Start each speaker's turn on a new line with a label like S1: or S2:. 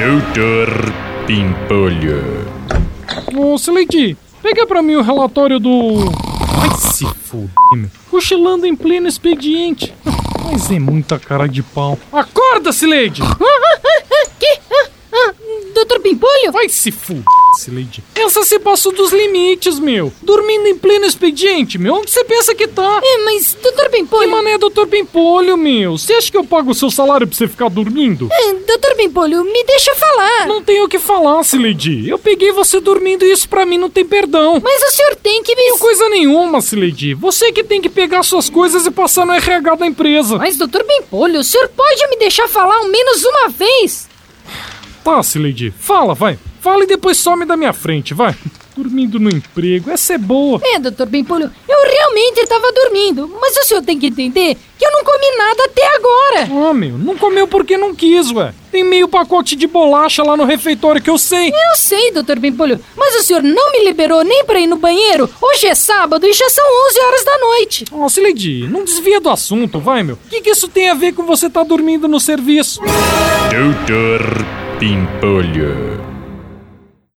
S1: Doutor Pimpolho.
S2: Ô, Slade, pega pra mim o relatório do. Ai, se fuder, meu. Cochilando em pleno expediente. Mas é muita cara de pau. Acorda, Slade!
S3: que? Ah, ah, Doutor Pimpolho?
S2: Vai se fuder, Slade. Essa se passou dos limites, meu. Dormindo em pleno expediente, meu. Onde você pensa que tá?
S3: É, mas Doutor
S2: Que
S3: Pimpolho...
S2: mané, doutor Pimpolho, meu? Você acha que eu pago o seu salário pra você ficar dormindo?
S3: Ah, Doutor Pimpolho, me deixa falar.
S2: Não tenho o que falar, Slade. Eu peguei você dormindo e isso pra mim não tem perdão.
S3: Mas o senhor tem que me...
S2: Não coisa nenhuma, Slade. Você que tem que pegar suas coisas e passar no RH da empresa.
S3: Mas, doutor Bempolho, o senhor pode me deixar falar ao menos uma vez?
S2: Tá, Slade. Fala, vai. Fala e depois some da minha frente, vai. Dormindo no emprego, essa é boa.
S3: É, doutor Bempolho, eu realmente estava dormindo, mas o senhor tem que entender que eu não comi nada até agora.
S2: Ah, meu, não comeu porque não quis, ué. Tem meio pacote de bolacha lá no refeitório que eu sei.
S3: Eu sei, doutor Bempolho, mas o senhor não me liberou nem pra ir no banheiro. Hoje é sábado e já são 11 horas da noite.
S2: Ó, Slade, não desvia do assunto, vai, meu. O que, que isso tem a ver com você tá dormindo no serviço?
S1: Doutor Pimpolho.